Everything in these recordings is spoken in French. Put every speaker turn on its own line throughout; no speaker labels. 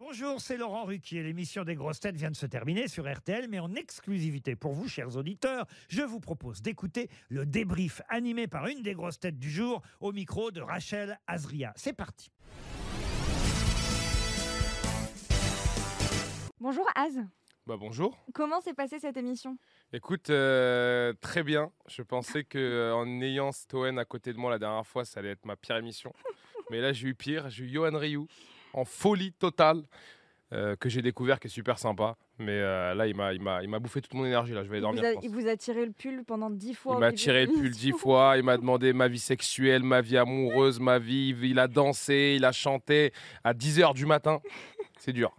Bonjour, c'est Laurent Ruquier. L'émission des grosses têtes vient de se terminer sur RTL, mais en exclusivité pour vous, chers auditeurs, je vous propose d'écouter le débrief animé par une des grosses têtes du jour au micro de Rachel Azria. C'est parti.
Bonjour Az,
Bah bonjour.
comment s'est passée cette émission
Écoute, euh, très bien. Je pensais que euh, en ayant Stoen à côté de moi la dernière fois, ça allait être ma pire émission. Mais là, j'ai eu pire. J'ai eu Johan Ryu en folie totale euh, que j'ai découvert, qui est super sympa. Mais euh, là, il m'a, il m'a, il m'a bouffé toute mon énergie. Là, je vais
il vous,
dormir.
a,
je pense.
il vous a tiré le pull pendant dix fois.
Il
au
m'a
début
tiré
de
le pull dix
l'émission.
fois, il m'a demandé ma vie sexuelle, ma vie amoureuse, ma vie. Il a dansé, il a chanté à 10h du matin. C'est dur.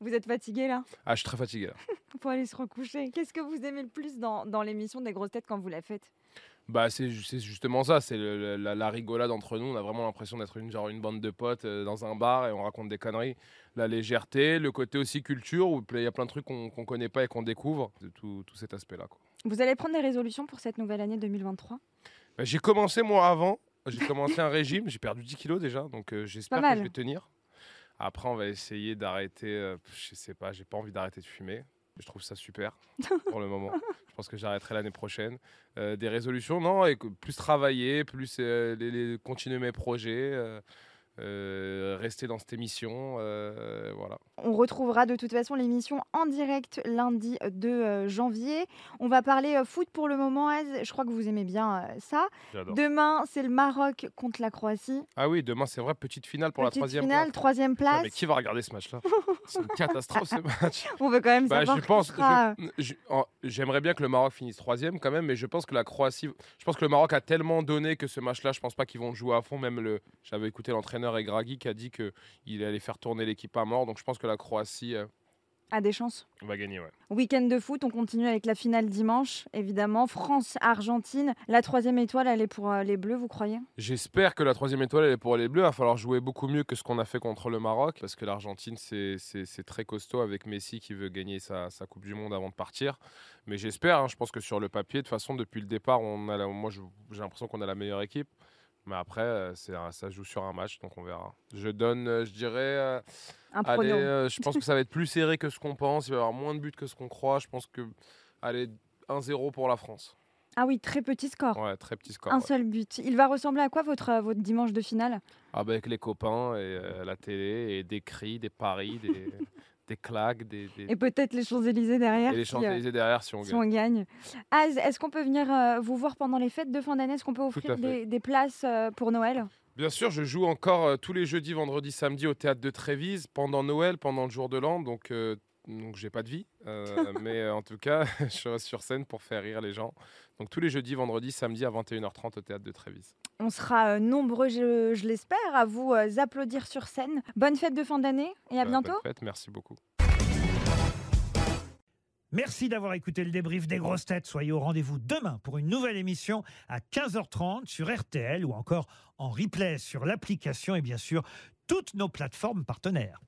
Vous êtes fatigué là
Ah, je suis très fatigué. là.
Faut aller se recoucher. Qu'est-ce que vous aimez le plus dans, dans l'émission des grosses têtes quand vous la faites
Bah, c'est ju- c'est justement ça, c'est le- le- la, la rigolade entre nous. On a vraiment l'impression d'être une, genre une bande de potes euh, dans un bar et on raconte des conneries. La légèreté, le côté aussi culture où il y a plein de trucs qu'on qu'on connaît pas et qu'on découvre. C'est Tout, tout cet aspect-là. quoi.
Vous allez prendre des résolutions pour cette nouvelle année 2023
Bah, J'ai commencé moi avant, j'ai commencé un régime, j'ai perdu 10 kilos déjà, donc euh, j'espère
Pas
que je
mal.
vais tenir. Après, on va essayer d'arrêter, euh, je sais pas, j'ai pas envie d'arrêter de fumer. Je trouve ça super pour le moment. Je pense que j'arrêterai l'année prochaine. Euh, des résolutions, non, et que plus travailler, plus euh, les- les- continuer mes projets, euh, euh, rester dans cette émission, euh, voilà.
On retrouvera de toute façon l'émission en direct lundi 2 euh, janvier. On va parler euh, foot pour le moment, Az. Je crois que vous aimez bien euh, ça. Demain, c'est le Maroc contre la Croatie.
Ah oui, demain c'est vrai, petite finale pour
Petite
la troisième
finale,
place.
troisième
Putain,
place.
mais qui va regarder ce match-là C'est une catastrophe ce match.
On veut quand même
Bah,
savoir.
je
qui
pense que
sera, euh,
je- je- en- j'aimerais bien que le Maroc finisse troisième quand même, mais je pense que la Croatie, je pense que le Maroc a tellement donné que ce match-là, je pense pas qu'ils vont le jouer à fond. Même le, j'avais écouté l'entraîneur Egragui qui a dit que il allait faire tourner l'équipe à mort, donc je pense que la Croatie euh,
à des chances.
va gagner. ouais.
Week-end de foot, on continue avec la finale dimanche, évidemment. France-Argentine. La troisième étoile, elle est pour euh, les Bleus, vous croyez
J'espère que la troisième étoile elle est pour les Bleus. Il va falloir jouer beaucoup mieux que ce qu'on a fait contre le Maroc, parce que l'Argentine c'est- c'est c'est très costaud avec Messi qui veut gagner sa, sa Coupe du Monde avant de partir. Mais j'espère. hein, je pense que sur le papier, de toute façon, depuis le départ, on a la- moi je- j'ai l'impression qu'on a la meilleure équipe. Mais après, euh, c'est un- ça joue sur un match, donc on verra. Je donne, euh, je dirais, euh,
Un
allez,
prono.
euh, je pense que ça va être plus serré que ce qu'on pense. Il va y avoir moins de buts que ce qu'on croit. Je pense que, allez, 1-0 pour la France.
Ah oui, très petit score.
Ouais, très petit score.
Un
ouais.
seul but. Il va ressembler à quoi votre, euh, votre dimanche de finale
Ah, bah, Avec les copains et euh, la télé et des cris, des paris, des, des claques, des, des-
Et peut-être les Champs-Élysées derrière
et les
si, euh,
Champs-Élysées derrière si on
si on gagne.
gagne.
Az, est-ce qu'on peut venir euh, vous voir pendant les fêtes de fin d'année Est-ce qu'on peut offrir
à fait.
des, des places euh, pour Noël
Bien sûr, je joue encore euh, tous les jeudis, vendredis, samedis au théâtre de Trévise pendant Noël, pendant le jour de l'an, donc, euh, donc j'ai pas de vie. Euh, mais euh, en tout cas, je reste sur scène pour faire rire les gens. Donc tous les jeudis, vendredis, samedis à 21h30 au théâtre de Trévise.
On sera euh, nombreux, je, je l'espère, à vous euh, applaudir sur scène. Bonne fête de fin d'année et à
Bah, bonne
bientôt.
fête, merci beaucoup.
Merci d'avoir écouté le débrief des grosses têtes. Soyez au rendez-vous demain pour une nouvelle émission à 15h30 sur RTL ou encore en replay sur l'application et bien sûr toutes nos plateformes partenaires.